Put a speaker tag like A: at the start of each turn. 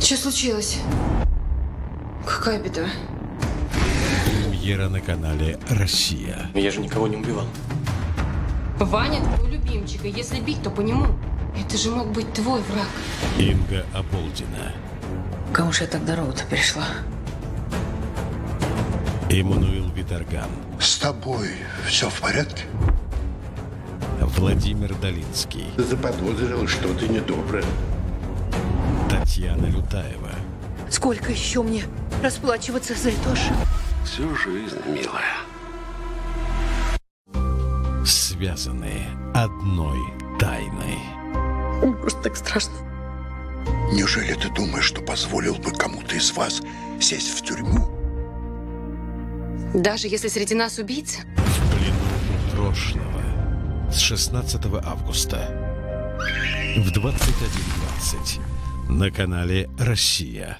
A: Что случилось? Какая беда?
B: Премьера на канале «Россия».
C: Я же никого не убивал.
A: Ваня твой любимчик, и если бить, то по нему. Это же мог быть твой враг.
B: Инга Оболдина.
D: Кому же я так дорогу-то перешла?
B: Эммануил Виторган.
E: С тобой все в порядке?
B: Владимир Долинский.
E: Заподозрил что-то недоброе.
B: Татьяна Лютаева.
F: Сколько еще мне расплачиваться за это
E: Всю жизнь, милая.
B: Связанные одной тайной.
D: Просто так страшно.
E: Неужели ты думаешь, что позволил бы кому-то из вас сесть в тюрьму?
A: Даже если среди нас убийца,
B: В плену у прошлого. С 16 августа. В 21.20. На канале «Россия».